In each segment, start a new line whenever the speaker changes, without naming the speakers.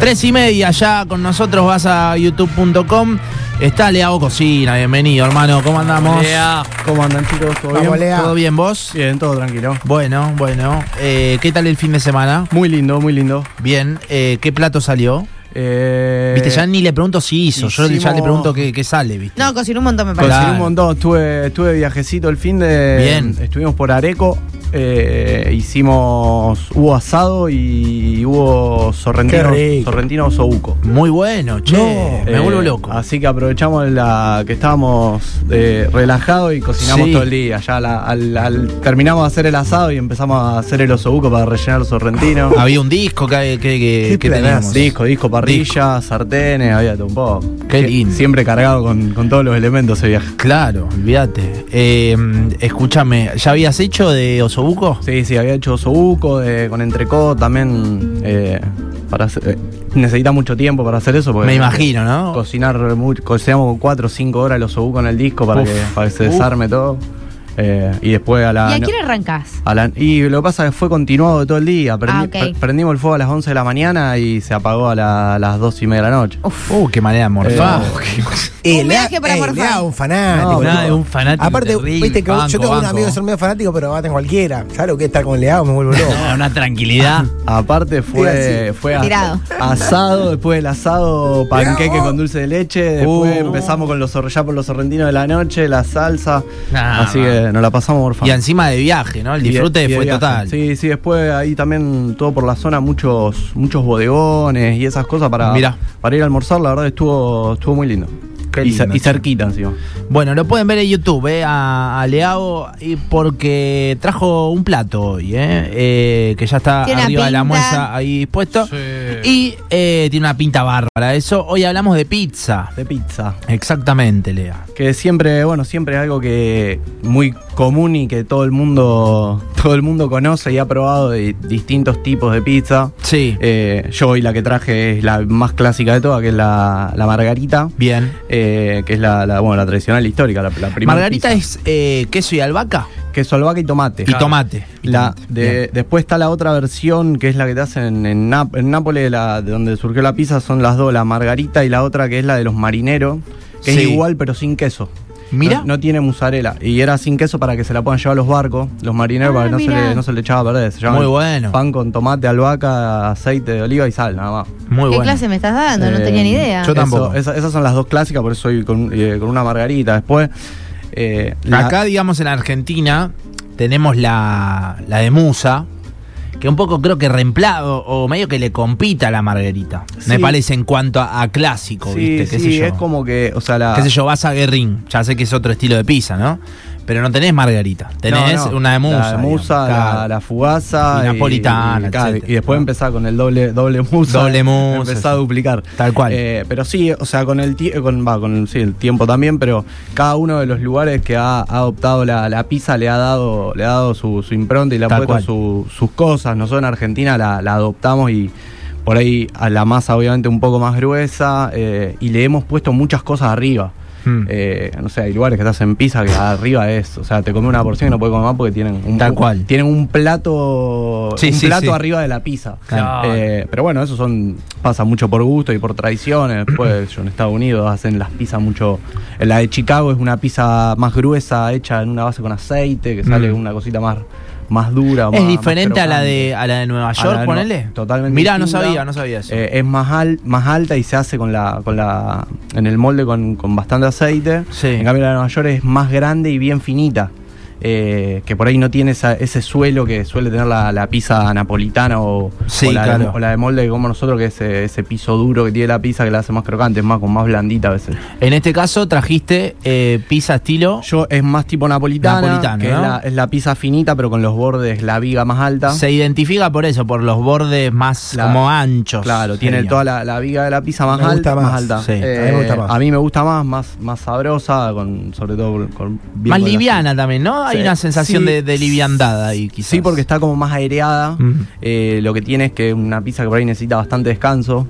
Tres y media ya con nosotros, vas a youtube.com. Está Leao Cocina, bienvenido hermano, ¿cómo andamos?
¿Cómo andan chicos? ¿Todo
Vamos,
bien?
Lea.
¿Todo bien vos?
Bien, todo tranquilo.
Bueno, bueno. Eh, ¿Qué tal el fin de semana?
Muy lindo, muy lindo.
Bien. Eh, ¿Qué plato salió?
Eh,
Viste, ya ni le pregunto si hizo, yo ya
hicimos-
le pregunto qué, qué sale, ¿viste?
No, cocinó un montón, me
Conseguí
parece.
Claro.
un montón, estuve, estuve viajecito el fin de.
Bien.
Estuvimos por Areco, eh, hicimos. Hubo asado y hubo sorrentino,
Qué rico.
sorrentino sobuco.
Muy bueno, che,
No.
me
Eh,
vuelvo loco.
Así que aprovechamos la que estábamos eh, relajados y cocinamos
Sí.
todo el día. Ya la- al, al- terminamos de hacer el asado y empezamos a hacer el osobuco para rellenar el sorrentino.
Había un disco que, que, que-
Qué
que
planazo.
teníamos.
Eh, Disco, disco, parrilla, sartenes, había de un poco.
Qué
Sie-
lindo.
Siempre cargado con, con todos los elementos ese viaje.
Claro, olvídate. Eh, escúchame, ¿ya habías hecho de Osobuco?
Sí, sí, había hecho sobuco de- con entrecot también. eh, para hacer- eh, necesita mucho tiempo para hacer eso. porque-
Me imagino, ¿no?
Cocinar mucho, cocinamos con 4 o 5 horas los sobuco en el disco para,
Uf.
que, para que se
Uf.
desarme todo. Eh, y después a la.
¿Y a
no-
quién arrancás?
a la- y lo que pasa es que fue continuado todo el día. Prendi-
Ah, ok.
pre- prendimos el fuego a las 11 de la mañana y se apagó a, la- a las 2 y media de la noche.
Uf.
Uh, qué manera de morfar.
Eh,
Un
Lea-
viaje para
eh,
morfar.
Lea, un fanático.
No,
tipo.
nada, es un fanático
Aparte,
terrible,
viste que
banco,
yo tengo
banco.
un amigo que son medio fanático, pero va a tener cualquiera. ¿Sabes lo que es estar con Leao? Me vuelvo loco.
No, una tranquilidad.
Aparte
Era
fue, fue a-
Tirado.
asado, después del asado, panqueque con dulce de leche, después
Uh.
empezamos con los sor- ya por los sorrentinos de la noche, la salsa.
Nah,
así
man.
que nos la pasamos
Y
morfando.
encima de viaje, ¿no? El
Y de-
disfrute
y de
fue
viaje.
total.
Sí, sí, después ahí también todo por la zona, muchos, muchos bodegones y esas cosas para,
Mirá.
para ir a almorzar, la verdad estuvo, estuvo muy lindo.
Qué
y, cer-
lindo,
y
che.
cerquita encima.
Bueno, lo pueden ver en YouTube, eh, a, a Leao, y porque trajo un plato hoy, eh, eh, que ya está
Tiene una
arriba de la
pinta.
mesa ahí puesto. Y eh, tiene una pinta bárbara. Eso, hoy hablamos de pizza.
De pizza.
Exactamente, Lea.
Que siempre, bueno, siempre es algo que muy común y que todo el mundo, todo el mundo conoce y ha probado de distintos tipos de pizza.
Sí.
Eh, yo hoy la que traje es la más clásica de todas, que es la, la margarita,
Bien.
eh, que es la, la, bueno, la tradicional histórica, la, la primera.
Margarita
pizza.
es eh, queso y albahaca
queso albahaca y tomate.
y tomate.
La,
Bien.
de, después está la otra versión que es la que te hacen en, Náp- en Nápoles, la, de donde surgió la pizza, son las dos, la margarita y la otra que es la de los marineros, que es
Sí.
igual pero sin queso.
Mira.
No, no tiene mozzarella. Y era sin queso para que se la puedan llevar los barcos, los marineros,
Ah,
para que no se,
mirá.
le, no se le echaba a perder. Se llama
Muy bueno.
Pan con tomate, albahaca, aceite de oliva y sal, nada más.
Muy
¿Qué
bueno.
clase me estás dando? Ah, No
Eh,
tenía ni idea.
yo- tampoco.
eso- esa- esas son las dos clásicas, por eso hoy con, eh, con una margarita. Después. eh, la-
Acá, digamos, en Argentina tenemos la, la de Musa, que un poco creo que reemplazo o medio que le compita a la Margarita. Me
Sí.
parece en cuanto a, a clásico,
sí,
¿viste? ¿Qué
sí,
sé yo?
es como que. O sea, la.
¿Qué sé yo? Vas a Guerrín, ya sé que es otro estilo de pizza, ¿no? Pero no tenés Margarita, tenés
No, no.
una de Musa.
La de
digamos.
musa,
Claro.
la, la fugaza.
Y napolitana,
y- claro,
etcétera.
y después empezar con el doble, doble musa.
Doble musa,
Empezar a
sí.
duplicar.
Tal cual.
Eh, pero sí, o sea, con el, tie- con, va, con sí, el tiempo también, pero cada uno de los lugares que ha, ha adoptado la, la pizza le ha dado, le ha dado su, su impronta y le ha
Tal
puesto
cual.
su- sus cosas. Nosotros en Argentina la, la adoptamos y. Por ahí a la masa obviamente un poco más gruesa eh, y le hemos puesto muchas cosas arriba.
Hmm.
Eh, no sé, hay lugares que te hacen pizza que arriba es, o sea, te comes una porción y no puedes comer más porque tienen un,
Tal cual.
tienen un plato,
Sí,
un
sí,
plato
sí.
arriba de la pizza.
Claro.
Eh, pero bueno, eso son pasa mucho por gusto y por tradiciones. Después, yo en Estados Unidos hacen las pizzas mucho. La de Chicago es una pizza más gruesa, hecha en una base con aceite, que sale
Mm.
una cosita más más dura. más-
es
más
diferente a la
crocante.
de a la de Nueva
A la
York,
de Nueva-
ponele.
totalmente
Mirá, no
distinta.
sabía, no sabía eso.
Eh, es más, al- más alta y se hace con la, con la en el molde con, con bastante aceite.
Sí.
En cambio la de Nueva York es más grande y bien finita. eh, que por ahí no tiene esa- ese suelo que suele tener la, la pizza napolitana o,
Sí,
o la,
claro.
o la de molde como nosotros, que es eh, ese piso duro que tiene la pizza que la hace más crocante, es más con más blandita a veces.
en este caso trajiste eh, pizza estilo.
Yo es más tipo napolitana,
Napolitana,
que
¿no?
es, la, es la pizza finita pero con los bordes, la viga más alta.
Se identifica por eso, por los bordes más
Claro.
como anchos.
Claro, tiene
Sería.
toda la, la viga de la pizza más
Me gusta
alta.
más.
alta. Eh,
Sí, a mí
me gusta más.
a mí me gusta más, más, más sabrosa, con, sobre todo con- con. bien
Más
con la-
liviana también, ¿no? Hay
Sí.
una sensación
Sí.
de, de liviandad ahí, quizás.
Sí, porque está como más aireada.
Mm.
Eh, lo que tiene es que una pizza que por ahí necesita bastante descanso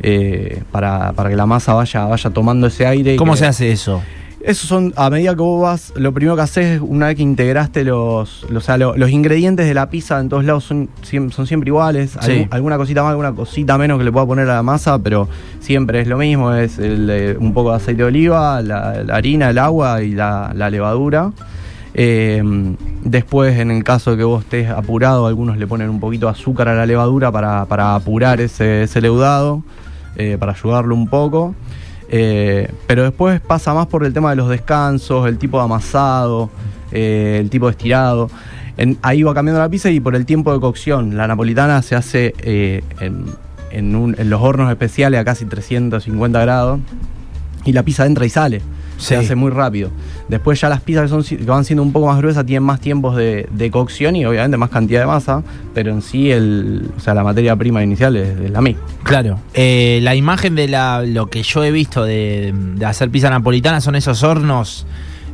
eh, para, para que la masa vaya, vaya tomando ese aire. y
¿Cómo
que-
se hace eso?
Eso son, a medida que vos vas, lo primero que haces es una vez que integraste los, los, o sea, lo- los ingredientes de la pizza en todos lados son, siem- son siempre iguales.
Sí.
Algu- alguna cosita más, alguna cosita menos que le pueda poner a la masa, pero siempre es lo mismo. Es el, eh, un poco de aceite de oliva, la, la harina, el agua y la, la levadura. Eh, después, en el caso de que vos estés apurado, algunos le ponen un poquito de azúcar a la levadura para, para apurar ese, ese leudado, eh, para ayudarlo un poco. Eh, pero después pasa más por el tema de los descansos, el tipo de amasado, eh, el tipo de estirado. En- ahí va cambiando la pizza y por el tiempo de cocción. La napolitana se hace eh, en, en un- en los hornos especiales a casi 350 grados y la pizza entra y sale.
Sí.
Se hace muy rápido. Después ya las pizzas que, son, si- que van siendo un poco más gruesas tienen más tiempos de, de cocción y obviamente más cantidad de masa, pero en sí el, o sea, la materia prima inicial es, es la misma.
Claro. Eh, la imagen de la, lo que yo he visto de, de hacer pizza napolitana son esos hornos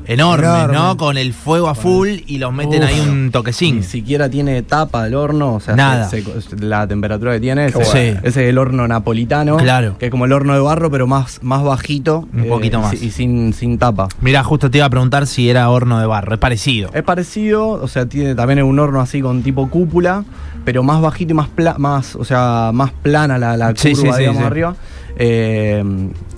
enormes,
Enorme.
¿no? Con el fuego a full y los meten
Uf.
ahí un toquecín.
Ni siquiera tiene tapa el horno, o sea,
Nada.
se- se- la temperatura que tiene, ese,
bueno. Sí.
ese es el horno napolitano,
Claro.
que es como el horno de barro, pero más, más bajito
Un poquito
y
más.
si- y, sin, sin tapa.
Mira, justo te iba a preguntar si era horno de barro. Es parecido.
Es parecido, o sea, tiene también un horno así con tipo cúpula, pero más bajito y más, pla- más, o sea, más plana la, la curva,
Sí, sí, sí,
digamos,
sí.
arriba. eh,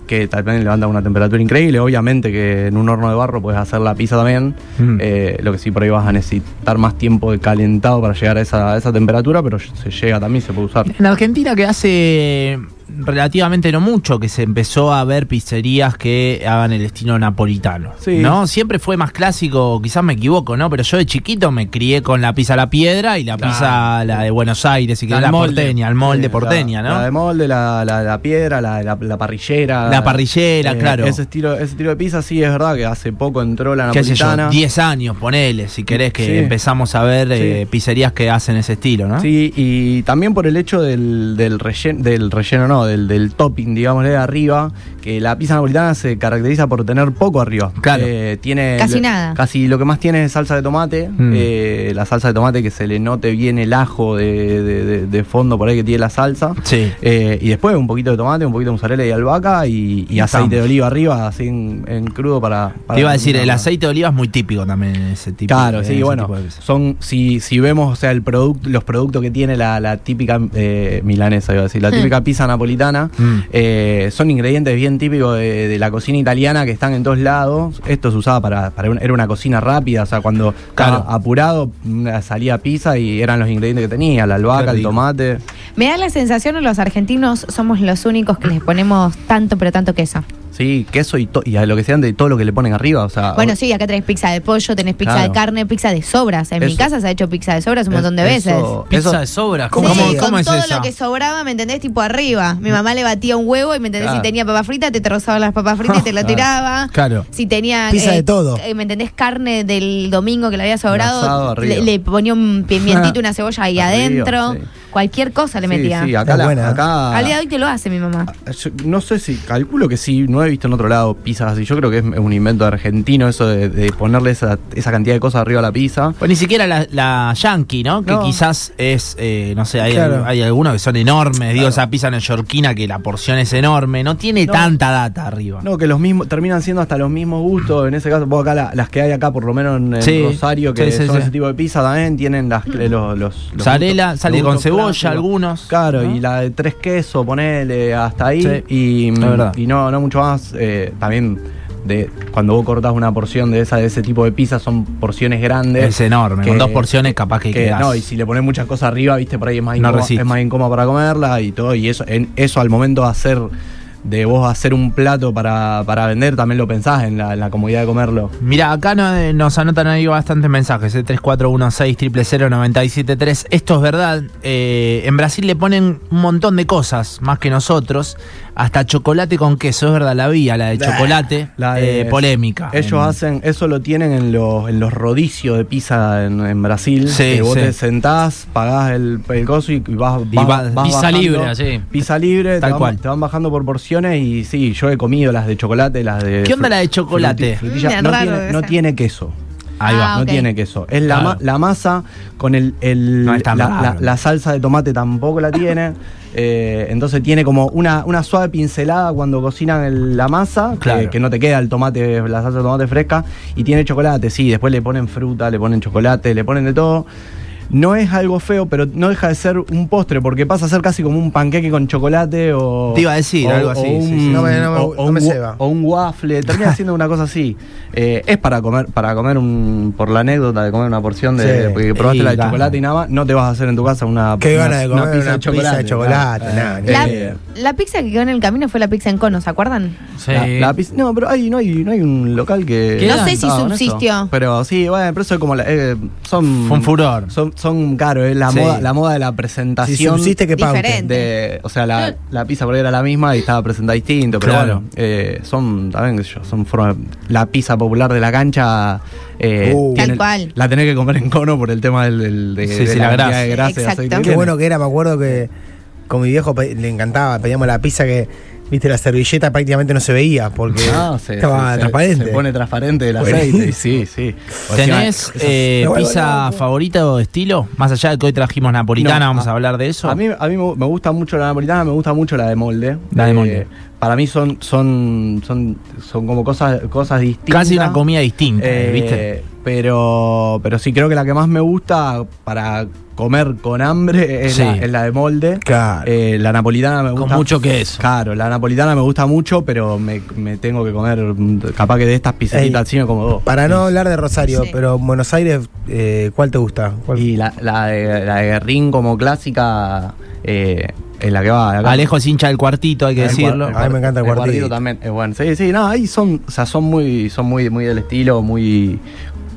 que también levanta una temperatura increíble. Obviamente que en un horno de barro puedes hacer la pizza también.
Mm.
eh, lo que sí por ahí vas a necesitar más tiempo de calentado para llegar a esa, a esa temperatura, pero se llega también, se puede usar.
En Argentina que hace relativamente no mucho que se empezó a ver pizzerías que hagan el estilo napolitano.
Sí.
¿No? Siempre fue más clásico, quizás me equivoco, ¿no? Pero yo de chiquito me crié con la pizza a la piedra y la
Claro.
pizza la de Buenos Aires y que
Al
la
molde.
porteña, al molde
Sí,
porteña,
la-
¿no?
La de molde, la, la, la piedra, la, la, la parrillera. Eh,
La parrillera, claro.
Ese estilo, ese estilo de pizza, sí, es verdad que hace poco entró la
qué sé yo,
napolitana.
10 años, ponele, si querés, que
Sí.
empezamos a ver eh,
Sí.
pizzerías que hacen ese estilo, ¿no?
Sí, y también por el hecho del, del relleno, del relleno no, del, del topping, digamos, de arriba, que la pizza napolitana se caracteriza por tener poco arriba.
Claro.
Eh, tiene
Casi
lo-
nada.
Casi lo que más tiene es salsa de tomate,
Mm.
eh, la salsa de tomate que se le note bien el ajo de, de- de- de fondo por ahí que tiene la salsa.
Sí.
Eh, y después un poquito de tomate, un poquito de mozzarella y albahaca y, y
Y
aceite de
estamos.
oliva arriba, así en, en crudo para, para
Te iba a decir, el
terminar.
aceite de oliva es muy típico también en ese tipo.
Claro,
en
sí,
ese
bueno,
tipo de pizza.
son si, si vemos, o sea, el producto, los productos que tiene la, la típica eh, milanesa, iba a decir, la típica pizza napolitana,
Mm.
eh, son ingredientes bien típicos de, de la cocina italiana que están en todos lados. Esto se usaba para, para un- era una cocina rápida, o sea, cuando
Claro.
estaba apurado una- salía pizza y eran los ingredientes que tenía, la albahaca,
Qué
el
rico.
tomate.
Me da la sensación que los argentinos somos los únicos que les ponemos tanto, pero tanto queso.
Sí, queso y, to- y a lo que sean de todo lo que le ponen arriba, o sea,
Bueno, sí, acá tenés pizza de pollo, tenés pizza
Ah, Claro.
de carne, pizza de sobras. En mi
Eso-
casa se ha hecho pizza de sobras un
es-
montón de veces.
eso-
Pizza
eso-
de sobras.
Sí,
¿Cómo- cómo-
con
cómo es
todo
esa?
lo que sobraba, ¿me entendés? Tipo arriba. Mi mamá le batía un huevo y me entendés
Claro.
si tenía papa frita, te trozaba las papas fritas y te lo
Claro.
tiraba.
Claro.
Si tenía.
Pizza de todo.
eh, ¿Me entendés? Carne del domingo que le había
Asado
sobrado.
arriba.
Le, le ponía un pimientito, una cebolla ahí
Arriba,
adentro.
sí.
Cualquier cosa le
sí,
metía.
sí, acá,
Es
la-
buena, ¿eh?
acá-
Al día de hoy te lo hace mi mamá.
Yo no sé si, calculo que sí, no he visto en otro lado pizzas así. Yo creo que es un invento argentino eso de, de ponerle esa, esa cantidad de cosas arriba a la pizza.
Pues ni siquiera la, la Yankee, ¿no? Que
No.
quizás es, eh, no sé, hay,
Claro.
hay algunos que son enormes. Digo, esa pizza neoyorquina que la porción es enorme. No tiene
No.
tanta data arriba.
No, que los mismos, terminan siendo hasta los mismos gustos. En ese caso, vos acá la- las que hay acá, por lo menos en, en
Sí,
Rosario, que
sí, sí,
son
sí.
ese tipo de pizza también, tienen las, los, los, los
Sarela,
gustos-
sale
los
con
gustos
cebolla
clásicos.
algunos,
Claro,
¿no?
y la de tres quesos, ponele hasta ahí.
Sí,
y
la verdad.
y no, no mucho más. eh, también de cuando vos cortás una porción de esa de ese tipo de pizza, son porciones grandes.
Es enorme. con
que-
dos porciones capaz que,
que
quedás.
no, y si le pones muchas cosas arriba, viste, por ahí es más,
No
incómodo,
resiste.
es más incómodo para comerla y todo. Y eso, en, eso al momento de hacer, de vos hacer un plato para, para vender, también lo pensás en la, en la comodidad de comerlo.
Mira, acá no- eh, nos anotan ahí bastantes mensajes, eh, 3416-00973. Esto es verdad. eh, en Brasil le ponen un montón de cosas, más que nosotros. Hasta chocolate con queso, es verdad, la vía, la de
Bah,
chocolate,
la de-
eh, polémica.
Ellos
En-
hacen, eso lo tienen en los, en los rodicios de pizza en, en Brasil.
Sí,
que vos
sí.
te sentás, pagás el, el coso y vas,
Y
vas-
va-
vas
pizza
bajando.
libre, sí.
Pizza
Tal
libre, te van,
cual.
te van bajando por porciones y sí, yo he comido las de chocolate, las de...
¿Qué onda
fru-
la de chocolate?
fruti- frutilla.
Mm, es
no,
raro
tiene,
esa.
no tiene queso.
Ahí va.
Ah,
no
ok.
tiene queso. Es la,
Claro.
ma- la masa con el, el-
No es tan
la,
raro.
la- la salsa de tomate tampoco la tiene. Eh, entonces tiene como una, una suave pincelada cuando cocinan el- la masa, que-
Claro.
que, no te queda el tomate, la salsa de tomate fresca, y tiene chocolate, sí, después le ponen fruta, le ponen chocolate, le ponen de todo. No es algo feo, pero no deja de ser un postre, porque pasa a ser casi como un panqueque con chocolate o.
Te iba a decir,
o-
algo así,
o
sí,
un-
sí.
No me- no me-
o- o
no
un
me
wa-
ceba.
o un waffle, termina siendo una cosa así. Eh, es para comer, para comer un, por la anécdota de comer una porción de,
Sí.
porque probaste
Y
la de
gana.
chocolate y nada más, no te vas a hacer en tu casa una,
Qué
una-
ganas de
una
comer una pizza de chocolate,
claro.
nada, ni
La,
Eh,
la pizza que quedó en el camino fue la pizza en cono, ¿se acuerdan?
Sí.
la- la pizza- no, pero hay, no, hay, no hay un local que. Ah,
No sé
si
estaba con eso.
subsistió.
Pero sí, bueno, pero eso es como. La, eh, son,
Fue un furor.
Son, son caros, es la,
Sí.
moda, la moda de la
Si
presentación.
subsiste que paute.
Diferente.
de, o sea,
Yo-
la, la pizza por ahí era la misma y estaba presentada distinto, pero
Claro.
bueno, eh, son, también, qué sé yo, son formas, la pizza popular de la cancha. eh,
Uh.
tiene-
Tal cual.
La tenés que comer en cono por el tema del, del- de,
Sí,
de
sí, la
cantidad
grasa.
de grasa y
Exacto.
aceite que
Qué
Qué
tiene.
bueno que era, me acuerdo que con mi viejo pe- le encantaba, pedíamos la pizza que, viste, la servilleta prácticamente no se veía porque
Ah, se-
estaba
se- se-
transparente.
Se, pone transparente el
Bueno.
aceite, y sí, Pues sí. O sea,
¿Tenés
esas-
eh,
Me vuelvo
pizza
loco.
favorita o estilo? Más allá de que hoy trajimos napolitana,
No,
vamos a,
a-
hablar de eso.
A mí, a mí me me gusta mucho la napolitana, me gusta mucho la de molde.
La de
Eh,
molde.
para mí son, son, son, son como cosas, cosas distintas.
Casi una comida distinta,
Eh,
¿viste?
Pero, pero sí creo que la que más me gusta para comer con hambre es,
Sí.
la, es la de molde.
Claro.
Eh, la napolitana me gusta.
Con mucho queso.
Claro, la napolitana me gusta mucho, pero me, me tengo que comer. mm, Capaz que de estas
Ey,
pizzetitas sí me como dos.
Para no hablar de Rosario,
Sí.
pero en Buenos Aires, eh, ¿cuál te gusta? ¿Cuál?
Y la, la de, la de Guerrín como clásica eh, es la que va. acá.
Alejo es hincha del cuartito, hay que
El cua-
decirlo.
el A mí me encanta el cuartito.
también es bueno. Sí, sí, no, ahí son, o sea, son muy, son muy, muy del estilo, muy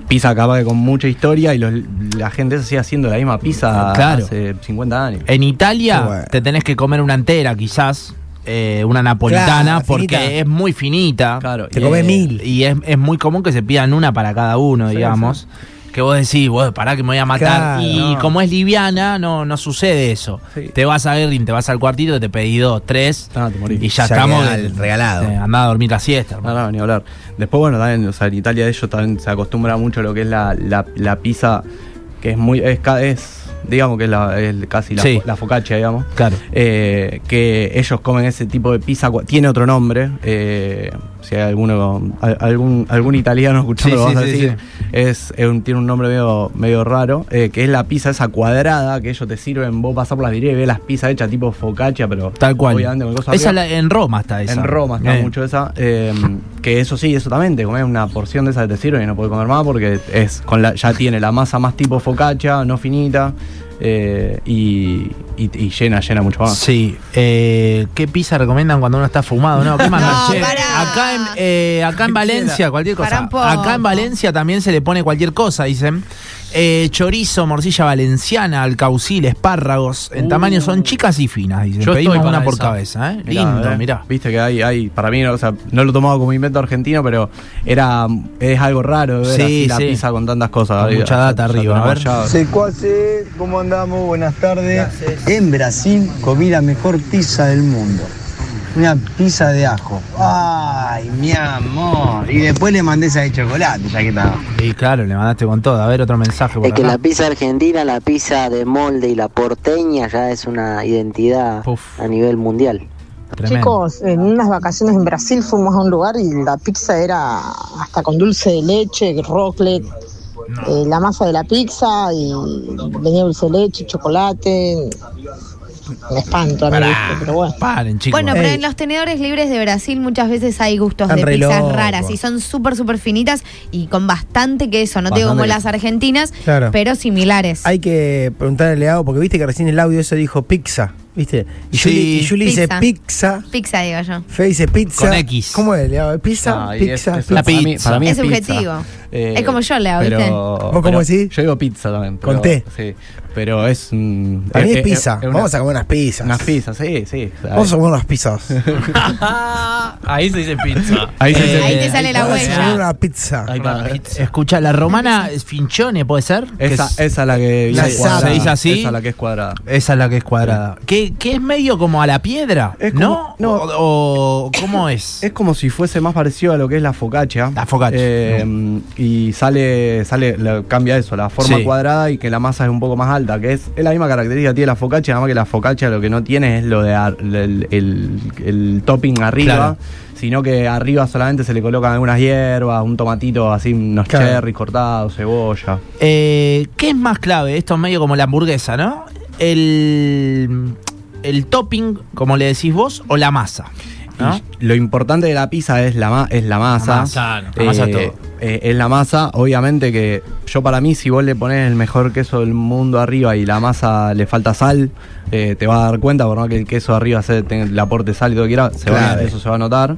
pizza capaz que con mucha historia y los- la gente se sigue haciendo la misma pizza
Claro. Eh.
hace 50 años.
En Italia
Qué bueno.
te tenés que comer una entera, quizás, eh, una napolitana,
Claro,
porque
finita.
es muy finita.
Claro,
Te comés
eh,
mil.
Y es, es muy común que se pidan una para cada uno,
Sí,
digamos. Que vos decís, bueno, pará que me voy a matar.
Claro,
y
no.
como es liviana, no, no sucede eso.
Sí.
Te vas a Guerrín, te vas al cuartito, te pedí dos, tres.
No, te morís.
Y ya,
Ya
estamos.
queda el regalado.
Eh, andá a dormir la siesta.
No,
hermano.
no, ni hablar. Después, bueno, también, o sea, en Italia ellos también se acostumbra mucho a lo que es la, la, la pizza, que es muy, es, ca- es digamos que es, la, es casi la,
Sí.
la focaccia, digamos.
Claro.
Eh, que ellos comen ese tipo de pizza, cua- tiene otro nombre, eh, si hay alguno, al- algún, algún italiano escuchando,
Sí,
vamos
sí,
a
sí,
decir, Es, es un- tiene un nombre medio, medio raro, eh, que es la pizza esa cuadrada que ellos te sirven, vos pasás por las vidrieras y ves las pizzas hechas tipo focaccia, pero
Tal cual.
obviamente con cosas
Esa
arriba.
la- en Roma está esa.
En Roma está
Eh,
mucho esa. eh, que eso sí, eso también, te comes una porción de esa que te sirve y no puedes comer más porque es con la, ya tiene la masa más tipo focaccia, no finita, eh, y, y- y llena, llena mucho
Ah.
más.
Sí. Eh, ¿Qué pizza recomiendan cuando uno está fumado? No, ¿qué más?
No,
Che,
pará.
Acá en, eh, acá en Valencia, cualquier
Pará
cosa.
un poco.
Acá en Valencia también se le pone cualquier cosa, dicen. Eh, chorizo, morcilla valenciana, alcaucil, espárragos. En
Uh.
tamaño son chicas y finas, dicen.
Yo
Pedimos
estoy para
una por
esa.
cabeza, ¿eh?
Mirá,
Lindo,
eh.
mirá.
Viste que hay, hay para mí, no, o sea, no lo tomaba como invento argentino, pero era es algo raro de ver
Sí,
así la
sí.
pizza con tantas cosas.
Con
Ahí,
mucha
ya-
data
ya
arriba,
tenés
a ver.
guayaba.
Secuace, ¿cómo andamos? Buenas tardes. En Brasil comí la mejor pizza del mundo. Una pizza de ajo. Ay, mi amor. Y después le mandé esa de chocolate, ya que estaba.
Y claro, le mandaste con todo. A ver, otro mensaje por
Es que
acá.
la pizza argentina, la pizza de molde y la porteña ya es una identidad
Uf.
a nivel mundial.
Tremendo.
Chicos, en unas vacaciones en Brasil fuimos a un lugar y la pizza era hasta con dulce de leche, roclet, eh, la masa de la pizza y venía dulce de leche, chocolate. Me espanto a mi
Pará.
gusto, pero bueno.
Paren, chicos.
Bueno, pero
Ey.
en los tenedores libres de Brasil muchas veces hay gustos
Están
de
re
pizzas
locos.
raras y son súper, súper finitas y con bastante queso. No te digo
Bastante
como
queso.
las argentinas,
Claro.
pero similares.
Hay que preguntarle algo, porque viste que recién el audio eso dijo pizza, ¿viste? Y
Sí.
Juli- y Juli dice
Pizza.
pizza,
Pizza, digo yo.
Fe dice pizza.
Con X.
¿Cómo es, Leao? ¿Pizza?
Ah, y es-
pizza,
es-
La
pizza.
para mí-
pizza.
para mí
Es
pizza. Eh,
subjetivo. Es como yo le hago,
pero-
¿viste?
cómo
pero
decís?
Yo digo pizza también. pero-
Con té.
Sí, pero es. mm,
Para mí
eh,
es
eh,
pizza.
eh, una-
Vamos a comer unas pizzas.
Unas pizzas, sí, sí.
Vamos a comer unas pizzas.
Ahí se dice pizza.
Ahí se
Eh,
dice-
Ahí te sale la
Vamos a comer
huella.
una pizza.
Ahí está.
Escucha, la romana es Finchone, ¿puede ser? Que
Esa,
es-
esa la que
La
es
zapa.
cuadrada.
¿Se dice así?
Esa la que es cuadrada.
Esa es la que es cuadrada. ¿Qué, que, que es medio como a la piedra,
Es
¿no?
como- no.
O, o ¿cómo es?
Es como si fuese más parecido a lo que es la focaccia.
La focaccia.
Eh, Y sale, sale la- cambia eso, la forma
Sí.
cuadrada y que la masa es un poco más alta, que es, es la misma característica que tiene la focaccia, nada más que la focaccia lo que no tiene es lo de ar- el, el- el topping arriba,
Claro.
sino que arriba solamente se le colocan algunas hierbas, un tomatito así, unos
Claro.
cherries cortados, cebolla.
Eh, ¿Qué es más clave? Esto es medio como la hamburguesa, ¿no? El, el topping, como le decís vos, o la masa. ¿no?
Y Lo importante de la pizza es la, ma- es la masa.
La masa, no, la masa es todo.
eh, es la masa, obviamente que yo para mí, si vos le pones el mejor queso del mundo arriba y la masa le falta sal, eh, te vas a dar cuenta, por más que el queso arriba se, te- le aporte sal y todo lo que quiera, se va a-
Clave.
eso se va a notar.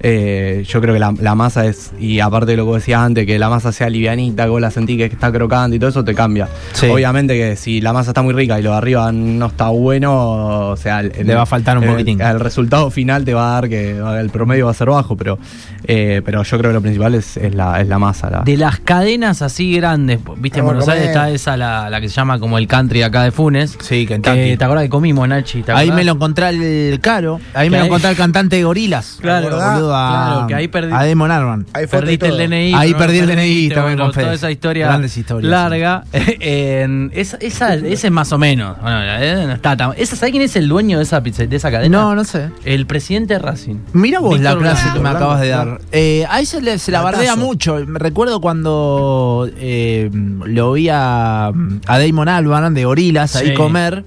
Eh, yo creo que la, la masa es, y aparte de lo que vos decías antes, que la masa sea livianita, que vos la sentís que está crocante y todo eso, te cambia.
Sí.
Obviamente que si la masa está muy rica y lo de arriba no está bueno, o sea, eh, el-
Le va a faltar un
el-
poquitín.
El, resultado final te va a dar que el promedio va a ser bajo, pero, eh, pero yo creo que lo principal es, es la, es la masa. la-
De las cadenas así grandes, viste, en
Vamos a
Buenos Aires
comer.
está esa, la, la que se llama como el country de acá de Funes.
Sí,
Que,
Kentucky.
¿Te acuerdas que comimos, Nachi? ¿Te
Ahí
acordás?
me lo encontré el caro. Ahí
Que
me lo
ahí-
encontré el cantante de Gorilas.
Claro,
¿Te acordás?
boludo, a-
Claro, que ahí perdí. A Damon Arban.
Hay foto y
Perdiste el
todo.
DNI.
Ahí
pero
perdí el
no
DNI,
perdiste,
también
bueno,
confieso.
Toda esa historia
Grandes historias.
larga. en- esa, esa- ese es más o menos. Bueno, eh, no está tan- esa, ¿Sabes quién es el dueño de esa, pizza- de esa cadena?
No, no sé.
El presidente de Racing.
Mira vos la
Víctor
clase que me
Blanco.
acabas de dar. Eh, a ese le- se la
Datazo.
bardea mucho. Me Recuerdo cuando eh, lo vi a, a Damon Albarn de Gorilas ahí
Sí.
comer.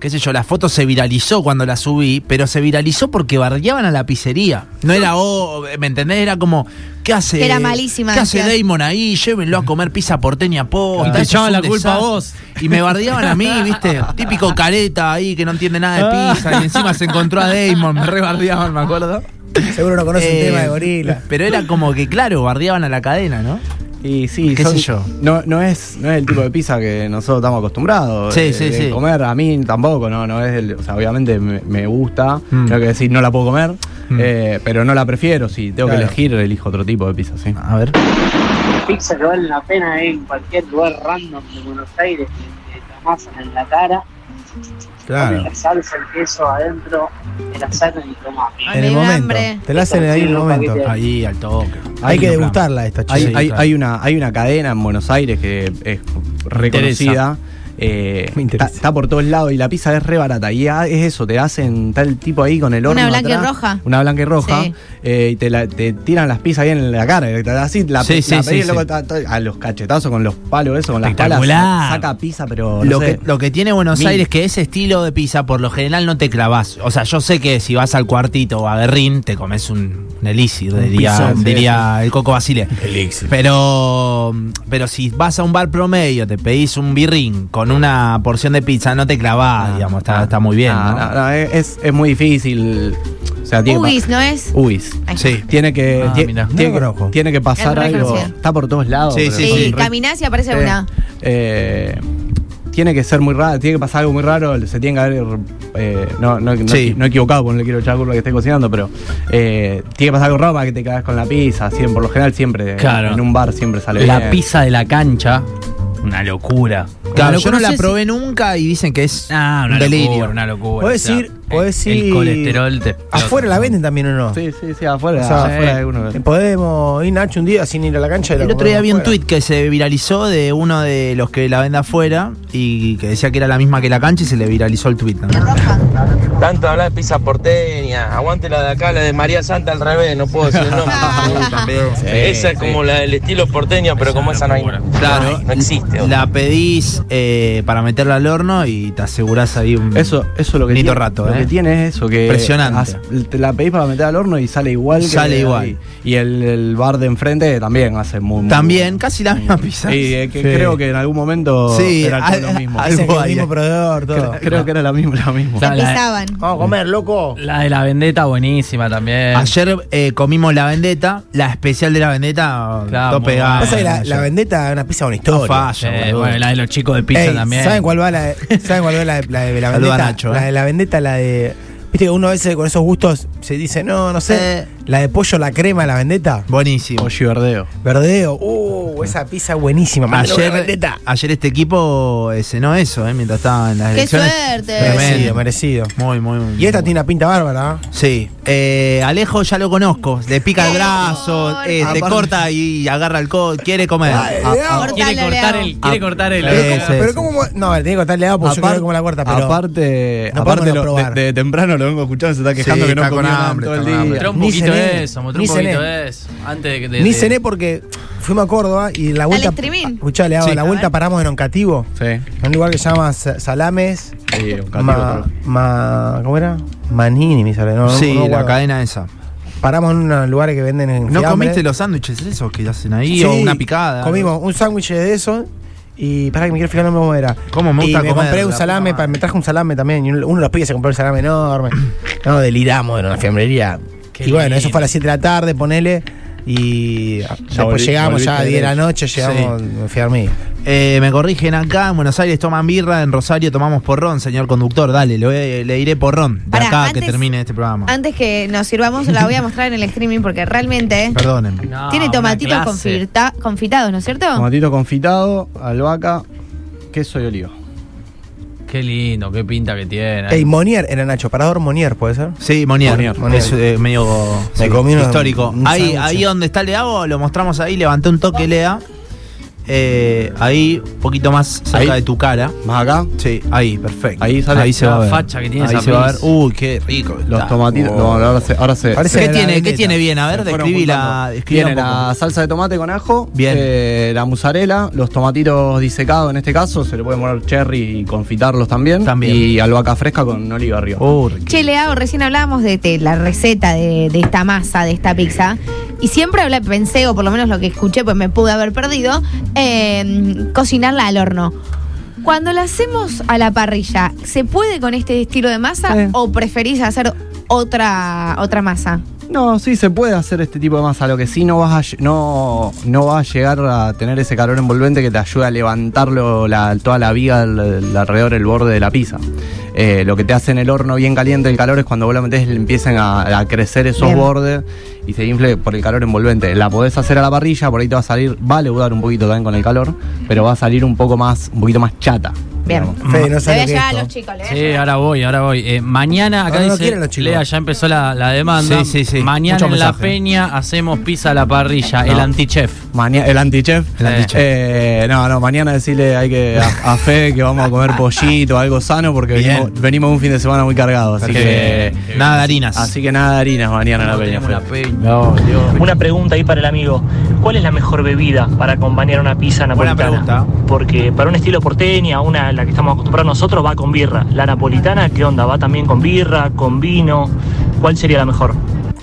Qué sé yo, la foto se viralizó cuando la subí, pero se viralizó porque bardeaban a la pizzería. No era, oh, ¿me entendés? Era como, ¿qué hace?
Era malísima,
¿Qué hace
decía.
Damon ahí? Llévenlo a comer pizza porteña posta.
Y te
Eso es
echaban
un
la culpa a vos.
Y me bardeaban a mí, ¿viste? Típico careta ahí que no entiende nada de pizza y encima se encontró a Damon, me re bardeaban, me acuerdo.
Seguro no conoce
Eh,
un tema de gorila.
Pero era como que, claro, bardeaban a la cadena, ¿no?
Y sí,
¿Qué
son-
sé yo?
No, no, es, no es el tipo de pizza que nosotros estamos acostumbrados eh,
Sí,
de-
sí,
de
sí.
comer. A mí tampoco, no, no es el- o sea, obviamente me, me gusta,
Mm.
tengo que decir no la puedo comer,
Mm.
eh, pero no la prefiero. Si tengo
Claro.
que elegir, elijo otro tipo de pizza, sí.
A ver.
pizza que vale la pena es en cualquier lugar random de Buenos Aires, que te la amasan en la cara, ponen
Claro.
la salsa, el queso adentro, te la sacan y tomas.
En el
Me da
momento.
hambre.
Te la hacen ahí en el momento.
Ahí, al toque.
Hay que
un plan.
degustarla esta
Hay,
chica.
hay-
claro.
hay una, hay una cadena en Buenos Aires que es reconocida. eh,
Me
está,
interesa.
está por todos lados y la pizza es re barata. Y a- es eso, te hacen tal tipo ahí con el
Una
horno.
blanca y
atrás,
roja.
Una blanca y roja.
Sí.
eh, y te, la- te tiran las pizzas ahí en la cara. y te- Así la,
Sí,
pe-
sí,
la pedís,
sí,
loco,
sí.
ta- ta- a los cachetazos con los palos, eso, con las palas.
Espectacular.
Saca pizza, pero. no
Lo
sé.
que, lo que tiene Buenos
Mil.
Aires que ese estilo de pizza por lo general no te clavas. O sea, yo sé que si vas al cuartito o a Berrín te comes un, un elixir, diría,
pisón, sí,
diría el Coco Basile. Pero, pero si vas a un bar promedio, te pedís un birrín con una porción de pizza, no te clavás, ah,
Ah,
digamos, está, está muy bien.
No,
¿no?
no, no, es, es muy difícil. O sea, tiene que
Ugis,
pa-
¿no es?
Ugis.
Ay.
Sí.
Tiene que,
Ah,
tie-
mirá.
tiene,
No lo
que
conozco.
tiene que pasar
Es
algo.
reconocido.
Está por todos lados.
Sí,
pero
sí,
son
Sí,
re-
caminás y aparece una.
Eh, tiene que ser muy raro, tiene que pasar algo muy raro, se tiene que haber. eh, no, no, no,
Sí.
no equivocado, porque no le quiero echar culpa que esté cocinando, pero eh, tiene que pasar algo raro para que te cagas con la pizza. Siempre, por lo general, siempre.
Claro.
En un bar siempre sale
La
bien.
pizza de la cancha. Una locura.
Claro,
Una
yo
locura,
no la
sé si-
probé nunca y dicen que es
Ah, una
un delirio.
locura, una locura.
Podés
O sea,
ir- podés
el,
ir-
colesterol te explota.
Afuera la venden también o no.
Sí, sí, sí, afuera.
O sea,
afuera de uno.
Podemos ir Nacho un día sin ir a la cancha. y la
El otro día
comemos
vi un
afuera.
tweet que se viralizó de uno de los que la vende afuera y que decía que era la misma que la cancha y se le viralizó el tweet.
La
también.
roja.
Tanto hablar de pizza porteña, aguante la de acá, la de María Santa al revés, no puedo decir el nombre. Esa es como la del estilo porteño, pero como esa no hay.
Claro.
No existe.
La pedís eh, para meterla al horno y te asegurás ahí un.
Eso, eso lo que
Lindo
tiene,
rato,
lo
eh.
que tiene es eso que
Impresionante.
te la pedís para meter al horno y sale igual que
Sale igual.
y el, el bar de enfrente también hace muy, muy
También, casi la misma pizza.
Sí, eh, que
Sí.
creo que en algún momento
Sí,
era
al-
todo lo mismo.
al-
Dicen que
Algo
el
había.
mismo proveedor, todo.
Creo que era la misma, la misma.
Se
Dale, dale.
pisaban.
Vamos a comer, loco.
La de la vendetta buenísima también.
Ayer eh, comimos la vendetta, la especial de la vendetta,
Claro,
todo
muy
pegado.
bueno.
Pasa que la, la vendetta es una pizza con historia.
Falla,
Eh,
boludo.
bueno, la de los chicos de pizza
Ey,
también.
¿Saben cuál va la de, ¿saben cuál va la de la, de la
Saluda a
vendetta?
Nacho, eh.
La de la vendetta, la de. Viste que uno a veces con esos gustos se dice, no, no
Eh.
sé. La de pollo, la crema, la vendetta.
Buenísimo.
Pollo y verdeo.
Verdeo. Uh, esa pizza buenísima. mándalo con la
Ayer,
vendetta.
ayer este equipo eh, cenó eso, eh, mientras estaba en las
¡Qué
elecciones. Eh.
suerte!
Merecido, merecido.
Muy, muy, muy.
Y esta tiene una pinta bárbara. ¿ah?
Sí. Eh, Alejo ya lo conozco. Le pica el brazo,
Por
eh, te
favor.
corta y agarra el codo. Quiere comer. Ah.
Ay, Leo.
Cortale,
Quiere cortar
Leo.
el.
Ah,
Quiere cortar el.
Pero
Eh,
¿cómo-
Pero
sí.
cómo. No, le tiene que contarle algo porque yo quiero ver cómo la cuarta, pero.
aparte,
no
aparte
podemos no
lo- de-
probar.
de, temprano lo vengo escuchando, se está quejando
Sí,
que no
está con
comió nada
hambre,
todo
está con
el día.
hambre.
Mostró un
ni
poquito
cené,
de eso, mostró
ni
un poquito
cené.
de eso. Antes de que de-
Ni
de-
cené porque fuimos a Córdoba y la vuelta.
streaming?
Escuchá, Leao,
Sí.
la
A
vuelta
ver.
paramos en Oncativo,
Sí,
en un lugar que se llama Sa- Salames.
sí, un castigo,
Ma, ma- ¿Cómo era? Manini, me sale. No,
sí,
no me
la
acuerdo.
cadena esa.
Paramos en unos lugares que venden en
¿No comiste los sándwiches esos que hacen ahí o una picada?
Comimos un sándwich de eso y para que me quiero fijar no me cómo era.
¿Cómo me gusta
y me
comer,
compré un
la
salame,
puta
pa-
madre.
me trajo un salame también y uno uno de los pibes se compró el salame enorme. no, deliramos en una fiambrería.
Qué
y bueno,
lindo.
eso fue a las 7 de la tarde, ponele. Y después
volví-
llegamos ya a
volviste
10 de la
derecho.
noche, llegamos, me fui a dormir.
Eh, me corrigen acá, en Buenos Aires toman birra, en Rosario tomamos porrón, señor conductor. Dale, lo- eh, le iré porrón de
Pará,
acá que
antes-
termine este programa.
Antes que nos sirvamos, la voy a mostrar en el streaming porque realmente
Perdónenme.
No,
tiene
una
tomatitos
clase.
confita- confitados, ¿no es cierto?
Tomatito confitado, albahaca, queso y oliva.
Qué lindo, qué pinta que tiene.
Ey, Monier era Nacho, parador Monier, ¿puede ser?
Sí, Monier.
Monier, Monier.
Es eh, medio sí,
comí una-
histórico.
un
ahí,
sándwich.
ahí donde está Leao, lo mostramos ahí, levanté un toque, Lea. Eh, ahí, un poquito más cerca
Ahí.
de tu cara.
Más acá,
Sí, ahí, perfecto.
Ahí sale
se
la
va a ver.
facha que tiene
ahí
esa
se va a ver.
pizza.
Uy, qué rico.
los
está.
tomatitos.
Oh.
no, ahora se. Ahora se
Parece-
¿Qué
la
tiene, ¿Qué
vendetta.
tiene bien? A ver,
se fueron
describí la.
juntando.
describí
Tiene
un poco.
la salsa de tomate con ajo,
Bien.
eh, la mozzarella, los tomatitos disecados en este caso, se le puede poner cherry y confitarlos también.
También.
Y albahaca fresca con oliva arriba.
Oh, riquísimo.
Che, Leao, recién hablábamos de, de la receta de, de esta masa, de esta pizza. Y siempre hablé, pensé, o por lo menos lo que escuché, pues me pude haber perdido, eh, cocinarla al horno. Cuando la hacemos a la parrilla, ¿se puede con este estilo de masa
Sí.
o preferís hacer otra, otra masa?
No, sí, se puede hacer este tipo de masa. Lo que sí no vas a, lle- no, no vas a llegar a tener ese calor envolvente que te ayuda a levantarlo la- toda la viga del- del alrededor del borde de la pizza. Eh, lo que te hace en el horno bien caliente el calor es cuando vos la metés le empiezan a, a crecer esos
Bien.
bordes y se infle por el calor envolvente. La podés hacer a la parrilla, por ahí te va a salir, va a leudar un poquito también con el calor, pero va a salir un poco más, un poquito más chata.
Bien.
digamos.
Fede, no
Le voy
sabe
a
lo que es
llevar Mm. a
esto.
los chicos, le voy a
Sí,
llevar.
ahora voy, ahora voy. Eh, mañana, acá
No, no
dice,
quieren los chicos.
Lea, ya empezó la, la demanda.
Sí, sí, sí.
Mañana
Mucho
en La
mensaje.
Peña hacemos pizza a la parrilla, el antichef.
Maña- el antichef.
El antichef.
Eh, no, no, mañana decirle hay que a, a Fe que vamos a comer pollito, algo sano, porque
Bien.
venimos, venimos de un fin de semana muy cargado. Así que,
Nada de harinas.
así que nada de harinas mañana en
Ah,
la peña.
tenemos la
Fe.
peña.
No, Dios.
Una pregunta ahí para el amigo. ¿Cuál es la mejor bebida para acompañar una pizza
Buena
napolitana?
pregunta.
Porque para un estilo porteña, una la que estamos acostumbrados nosotros, va con birra. La napolitana, ¿qué onda? ¿Va también con birra, con vino? ¿Cuál sería la mejor?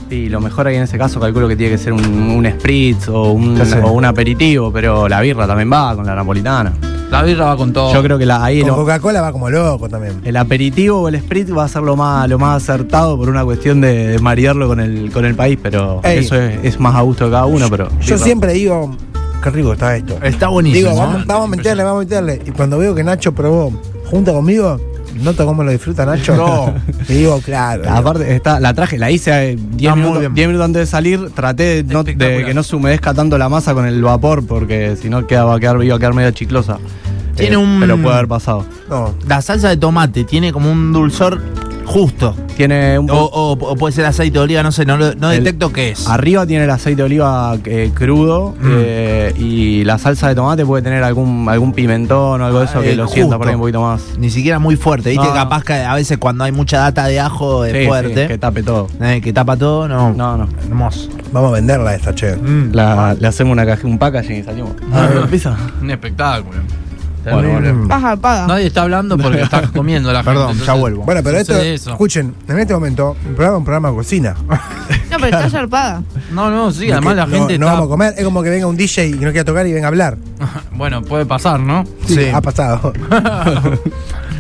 Y lo mejor ahí en ese caso calculo que tiene que ser un, un spritz o un,
Ya sé.
o un aperitivo, pero la birra también va con la napolitana.
La birra va con todo.
Yo creo que la, ahí
Con
lo-
Coca-Cola va como loco también.
el aperitivo o el spritz va a ser lo más, lo más acertado por una cuestión de, de marearlo con el, con el país, pero
Ey.
eso es, es más a gusto de cada uno, pero.
Yo
birra.
siempre digo, qué rico está esto.
Está buenísimo. ¿eh?
Digo, vamos, vamos a meterle, vamos a meterle. Y cuando veo que Nacho probó junto conmigo, noto cómo lo disfruta Nacho. No. Y digo, claro. digo,
Eh, Aparte, está, la traje, la hice eh, 10
Ah, muy
minutos,
bien.
10 minutos antes de salir. Traté de, no- de
Espectacular.
que no se humedezca tanto la masa con el vapor, porque si no queda, va a quedar, iba a quedar medio chiclosa. Eh,
Tiene un-
Pero puede haber pasado.
no.
La salsa de tomate tiene como un dulzor justo.
Tiene un
O,
po-
o- o puede ser aceite de oliva, no sé, no, lo- no
El-
detecto qué es.
Arriba tiene el aceite de oliva eh, crudo
Mm.
eh, y la salsa de tomate puede tener algún, algún pimentón o algo de eso
Ah,
que
el
lo sienta por ahí
justo.
un poquito más.
Ni siquiera muy fuerte, viste,
No, no.
capaz que a veces cuando hay mucha data de ajo es
Sí, sí,
fuerte.
que tape todo.
Eh, que tapa todo, no.
No, no.
Hermoso.
Vamos a venderla esta, che.
Mm.
La- le hacemos una caja, un packaging y salimos. Pizza.
Un espectáculo.
Bueno, bueno.
Mm.
Paja, paja.
Nadie está hablando porque está comiendo la
Perdón,
gente.
ya
entonces-
vuelvo.
Bueno, pero esto,
Sucede eso.
escuchen, en este momento, el programa es un programa de cocina.
No, pero está zarpada.
No, no, sí, además la
No-
gente
no
está.
vamos a comer, es como que venga un DJ y no quiera tocar y venga a hablar.
Bueno, puede pasar, ¿no?
ah,
Sí.
Ha pasado.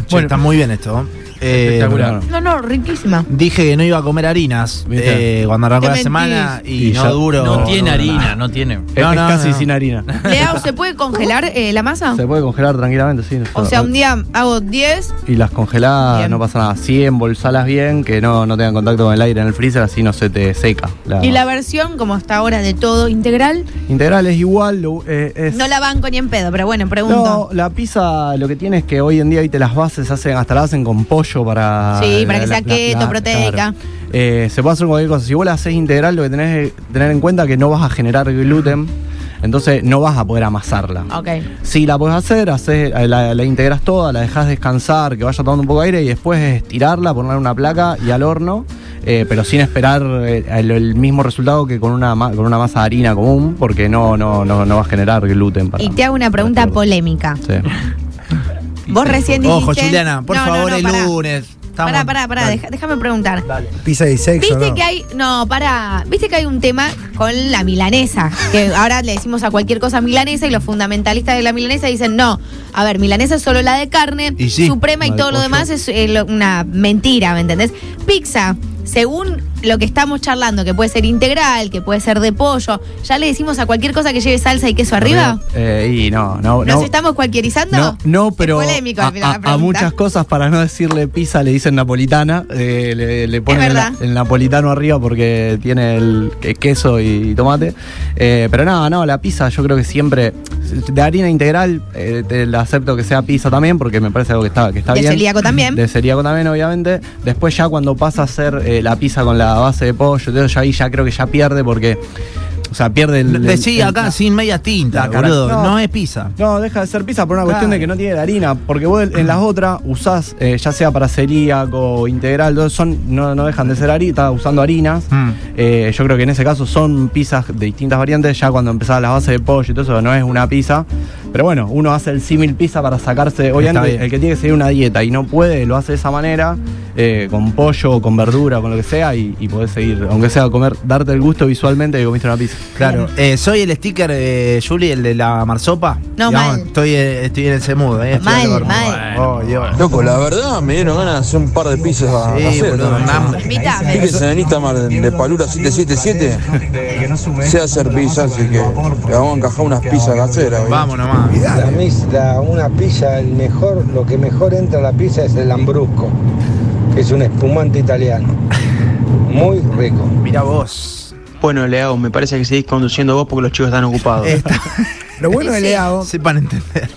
Che, Está muy bien esto. ¿eh? Eh,
Espectacular.
No, no, riquísima.
Dije que no iba a comer harinas
¿Viste?
eh, cuando arrancó
Te
la
mentís.
semana y,
Y
no
ya-
duro.
No tiene
nada.
harina, no tiene.
Es,
No,
es
no,
casi
no.
sin harina.
Leao, ¿se puede congelar eh, la masa?
Se puede congelar tranquilamente, sí. no
O
está-
sea, un día hago 10.
Y las congeladas,
Bien.
no pasa nada. Sí, embolsalas bien, que no, no tengan contacto con el aire en el freezer, así no se te seca. La-
Ah.
Y la versión, como hasta ahora, de todo integral,
Integral es igual, lo- eh, es-
no la banco ni en pedo, pero bueno,
No,
pregunto.
la pizza lo que tiene es que hoy en día, viste, las bases hacen, hasta la hacen con pollo para.
Sí, para
la- la-
que sea
la-
keto,
la-
proteica.
claro. Eh, se puede hacer cualquier cosa. Si vos la haces integral, lo que tenés que tener en cuenta es que no vas a generar gluten, entonces no vas a poder amasarla.
Ok.
Si la podés hacer, haces, eh, la, la integras toda, la dejas descansar, que vaya tomando un poco de aire y después estirarla, ponerle una placa y al horno, eh, pero sin esperar eh, el, el mismo resultado que con una, ma- con una masa de harina común, porque no, no, no, no va a generar gluten para.
Y te hago una pregunta polémica.
Sí.
Vos recién dijiste.
Ojo, Juliana, por
No, no,
favor,
no,
el
pará.
lunes. Estamos-
Pará, pará, pará,
Dale.
deja- déjame preguntar.
Pizza y sexo,
Viste
¿no?
que hay. No, pará. Viste que hay un tema con la milanesa. Que ahora le decimos a cualquier cosa milanesa y los fundamentalistas de la milanesa dicen: no, a ver, milanesa es solo la de carne,
Y sí,
suprema y
la de
todo lo
pollo.
demás es eh, lo- una mentira, ¿me entendés? Pizza, según lo que estamos charlando, que puede ser integral, que puede ser de pollo, ya le decimos a cualquier cosa que lleve salsa y queso arriba.
Eh, y no, no,
¿Nos
no.
estamos cualquierizando?
No, no, pero
Es polémico,
a,
la
a- a
pregunta.
muchas cosas, para no decirle pizza, le dicen napolitana. eh, le, le ponen el,
verdad.
el napolitano arriba porque tiene el, que- queso y, tomate. Eh, pero nada, no, la pizza yo creo que siempre, de harina integral, eh, te la acepto que sea pizza también porque me parece algo que está, que está
De
bien.
celíaco también.
De celíaco también, obviamente. Después ya cuando pasa a ser eh, la pizza con la base de pollo, todo eso ya ahí ya creo que ya pierde porque... O sea, pierde el... el-
Decí
el-
acá sin medias tintas,
la cara-
boludo.
No.
No. es pizza.
no, deja de ser pizza por una cuestión
Claro.
de que no tiene la harina. Porque vos en las otras usás, eh, ya sea para celíaco, integral, todo, son, no, no dejan de ser harina, estás usando harinas.
Mm.
Eh, yo creo que en ese caso son pizzas de distintas variantes. Ya cuando empezás las bases de pollo y todo eso, no es una pizza. Pero bueno, uno hace el símil pizza para sacarse. Obviamente,
bien.
el que tiene que seguir una dieta y no puede, lo hace de esa manera, eh, con pollo, con verdura, con lo que sea, y, y podés seguir, aunque sea comer, darte el gusto visualmente de que comiste una pizza.
Claro. Eh, soy el sticker, eh, Juli, el de la marsopa.
No, mal.
Estoy, eh, estoy en ese mood. Eh, estoy
Mal,
algo hermoso.
mal.
Oh, Dios.
Loco, la verdad me dieron ganas de hacer un par de pizzas a
Sí,
hacer,
boludo,
¿no?
un hambre.
Invítame.
Fíjense en Instagram de, de Palura 777. Sé hacer pizza, así que le vamos a encajar unas pizzas eh. caseras. ¿viste?
Vamos nomás.
Para mí, la- una pizza, el mejor, lo que mejor entra a la pizza es el lambrusco, que es un espumante italiano. Muy rico.
Mira vos.
Bueno, Leao, me parece que seguís conduciendo vos porque los chicos están ocupados.
Esta,
Lo bueno de
Sí.
Leao,
sepan entender.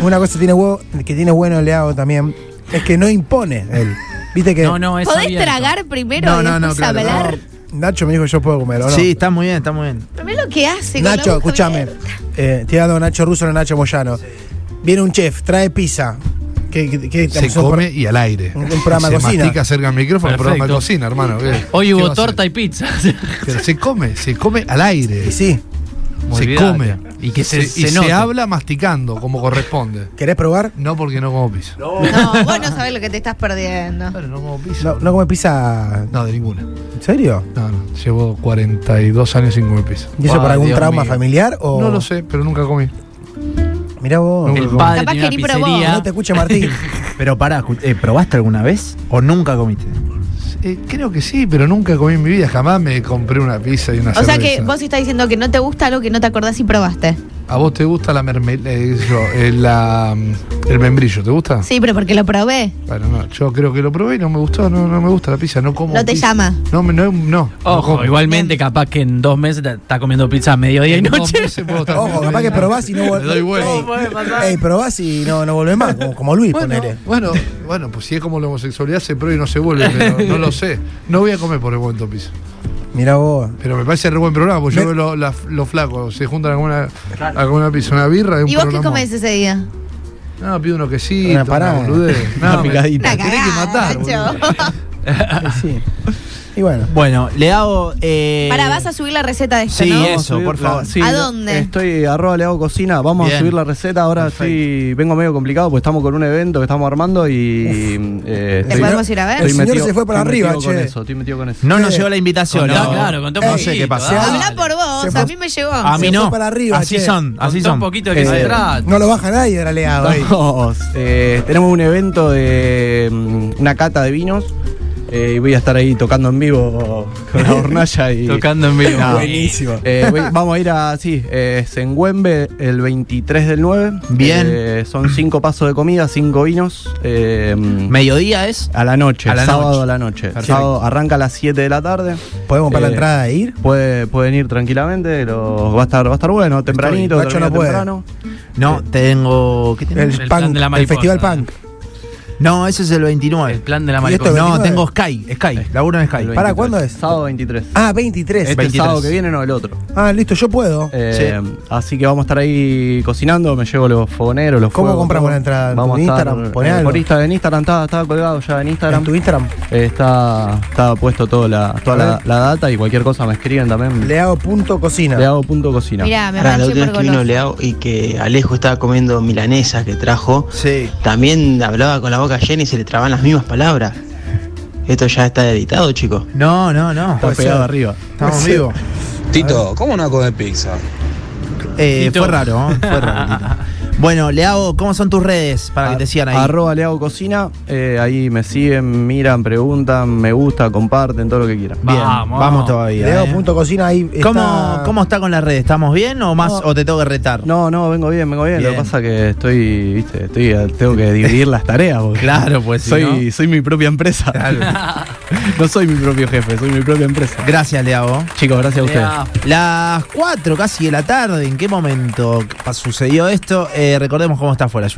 una cosa tiene huevo, que tiene bueno Leao también, es que no impone él. Viste que
No, no, es
¿Podés
abierto.
tragar primero
No,
y
no, no,
después
claro,
hablar?
Nacho me dijo yo puedo comer, ¿o no?
Sí, está muy bien, está muy bien.
Pero mirá lo que hace. con la
Nacho,
boca
escúchame.
abierta.
Eh, te dando Nacho Russo no Nacho Moyano. Viene un chef, trae pizza. ¿Qué, qué- qué-
Se
tenemos un
come y al aire.
un- un programa
se
de cocina.
mastica cerca del micrófono,
Perfecto.
programa de cocina, hermano. ¿qué-
Hoy
qué va
hubo
a hacer?
torta y pizza.
Pero se come, se come al
pro-
aire.
Y sí,
se
Olvidate.
come.
Y que se,
y
se note.
habla masticando como corresponde.
¿querés probar?
No porque no como pizza. No,
No, vos no sabés lo que te estás perdiendo.
no como pizza.
No, no come pizza.
No, de ninguna.
¿En serio?
No, no. Llevo 42 años sin comer pizza. Ah,
¿Y eso
Ay,
por algún
Dios
trauma
mío.
familiar? O...
No lo sé, pero nunca comí.
Mirá vos.
Nunca
El
comí.
padre
Capaz
tiene
que
una
ni probó.
pizzería.
No te escucha Martín.
Pero pará, escu- eh, ¿probaste alguna vez o nunca comiste?
Eh, creo que sí, pero nunca comí en mi vida. Jamás me compré una pizza y una
O sea
cerveza.
que vos estás diciendo que no te gusta algo que no te acordás y probaste.
¿A vos te gusta la eh, mermelada? mm, el membrillo, ¿te gusta?
Sí, pero porque lo probé.
Bueno, no, yo creo que lo probé y no me gustó, no, no me gusta la pizza, no como.
No te
pizza.
llama.
No, me- no, no.
Ojo, igualmente capaz que en dos meses te- está comiendo pizza a mediodía y noche.
Ojo, capaz que probás y no
Le doy vuelta.
volvés. Ey, probás y no, no volvés más, como, como Luis,
Bueno,
ponele.
bueno, bueno, pues si es como la homosexualidad se prueba y no se vuelve, pero no lo sé. No voy a comer por el momento pizza.
Mirá vos.
Pero me parece re buen programa, porque yo
Me-
veo lo- la- los flacos, se juntan a comer una, a comer una pizza, una birra y un
¿Y vos qué
programa.
comes ese día?
No, pido uno que sí,
Una parada.
No,
Una
me-
picadita.
me tenés que matar.
Nacho.
boludo.
Sí. Y bueno.
Bueno, le hago. eh,
Para, vas a subir la receta de esto,
Sí,
¿no?
eso, por
la-
favor.
sí,
¿A dónde?
Estoy arroba le hago cocina. Vamos
Bien.
a subir la receta. Ahora sí vengo medio complicado porque estamos con un evento que estamos armando y. eh,
¿Te
estoy-
podemos ir a ver?
estoy
El señor
metido-
se fue para
estoy
arriba,
metido con
che.
eso, estoy metido con eso.
No nos llegó la invitación.
Oh,
Contá,
no.
claro,
Ah, contá
no
un
sé
poquito,
qué pasó.
dale.
Habla por vos, a mí me llegó.
A mí
Se
no.
fue para arriba,
así
che.
son, así
Contá
Eh,
son.
un poquito de qué se trata.
No lo baja nadie de la leada hoy.
Estamos, eh, tenemos un evento de mm, una cata de vinos. eh, y voy a estar ahí tocando en vivo con la hornalla y.
Tocando en vivo.
No.
Buenísimo.
Eh, voy- vamos a ir a, sí, eh, es en Güembe el 23 del 9.
Bien.
Eh, son cinco pasos de comida, cinco vinos. eh,
¿Mediodía es?
a la noche,
A la
sábado
noche.
a la noche.
Perfecto.
Sábado arranca a las 7 de la tarde.
¿Podemos para la
Eh,
entrada ir?
Puede- pueden ir tranquilamente, lo- va, a estar, va a estar bueno, tempranito,
Nacho
termina
no puede.
temprano.
No, tengo. ¿Qué tengo?
El,
plan
punk,
de la
el
mariposa.
festival punk.
No, ese es el 29.
El plan de la
¿Y esto
mariposa.
es
no,
29?
tengo Sky, Sky, laburo en Sky.
El 23.
¿Para cuándo es?
Sábado 23.
Ah, 23.
Este
23.
sábado que viene, no el otro.
Ah, listo, yo puedo.
Eh, Así que vamos a estar ahí cocinando, me llevo los fogoneros, los
¿Cómo
fuegos,
compramos
todo.
la entrada? ¿En
Vamos
tu
a estar-
Instagram? Poné
eh,
algo.
Por Instagram, en Instagram está, está colgado ya en Instagram.
En tu Instagram
Eh, está, está puesto todo la, toda
A
la,
ver.
la data y cualquier cosa me escriben también.
le hago punto cocina.
Le hago punto cocina.
Mirá, me
Ahora, la
manché
última
por
vez que vino
goloso.
Leao y que Alejo estaba comiendo milanesa que trajo,
Sí.
también hablaba con la boca llena y se le traban las mismas palabras. Esto ya está editado, chicos.
No, no, no. pues, eh,
está pegado arriba.
Estamos vivos.
Tito, ¿cómo no come pizza?
Eh,
Y todo.
fue raro, ¿eh? fue raro. Tito. Bueno, le hago, ¿cómo son tus redes? Para que te sigan ahí.
Ah, Arroba le hago cocina. eh, ahí me siguen, miran, preguntan, me gusta, comparten, todo lo que quieran.
Bien,
Vamos.
vamos, todavía.
Le hago
¿eh?
punto cocina ahí. está-
¿Cómo, ¿Cómo está con las redes? ¿Estamos bien o más
No.
o te tengo que retar?
No, no, vengo bien, vengo bien. Lo que
Bien.
pasa que estoy, viste, estoy, eh, tengo que dividir las tareas. porque
Claro, pues sí.
soy, soy mi propia empresa. no soy mi propio jefe, soy mi propia empresa.
Gracias, Leao.
Chicos, gracias a ustedes.
Mirá,
Las 4 casi de la tarde, ¿en qué momento sucedió esto? Eh, recordemos cómo está fuera, Juli.